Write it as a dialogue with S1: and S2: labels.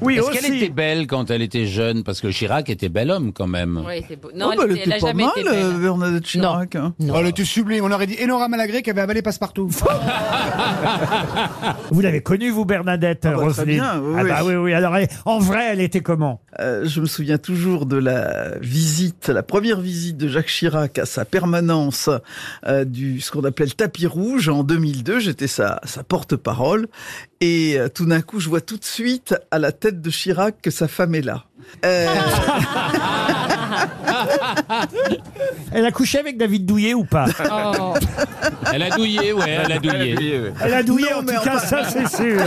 S1: Oui,
S2: Est-ce
S1: aussi.
S2: qu'elle était belle quand elle était jeune Parce que Chirac était bel homme quand même.
S3: Ouais, c'est beau.
S4: Oh,
S3: Non,
S4: bah,
S3: elle, était- elle a
S4: pas
S3: jamais
S4: mal,
S3: été belle.
S4: euh, Bernadette Chirac. hein.
S5: Oh, elle était sublime. On aurait dit Enora Malagré qui avait avalé Passepartout.
S1: Vous l'avez connue, vous, Bernadette
S4: bah, très
S1: Roselyne
S4: bien, oui,
S1: Ah
S4: oui.
S1: bah oui, oui. Alors, elle- en vrai, elle était comment
S4: Euh, je me souviens toujours de la visite, la première visite de Jacques Chirac à sa permanence euh, du ce qu'on appelait le tapis rouge en 2002. J'étais sa, sa porte-parole et euh, tout d'un coup, je vois tout de suite à la tête de Chirac que sa femme est là. Euh,
S1: Elle a couché avec David Douillet ou pas
S3: Oh.
S2: Elle a douillé, ouais, elle a douillé.
S1: Elle a douillé,
S4: Non,
S1: en
S4: mais
S1: tout cas,
S4: enfin-
S1: ça c'est sûr.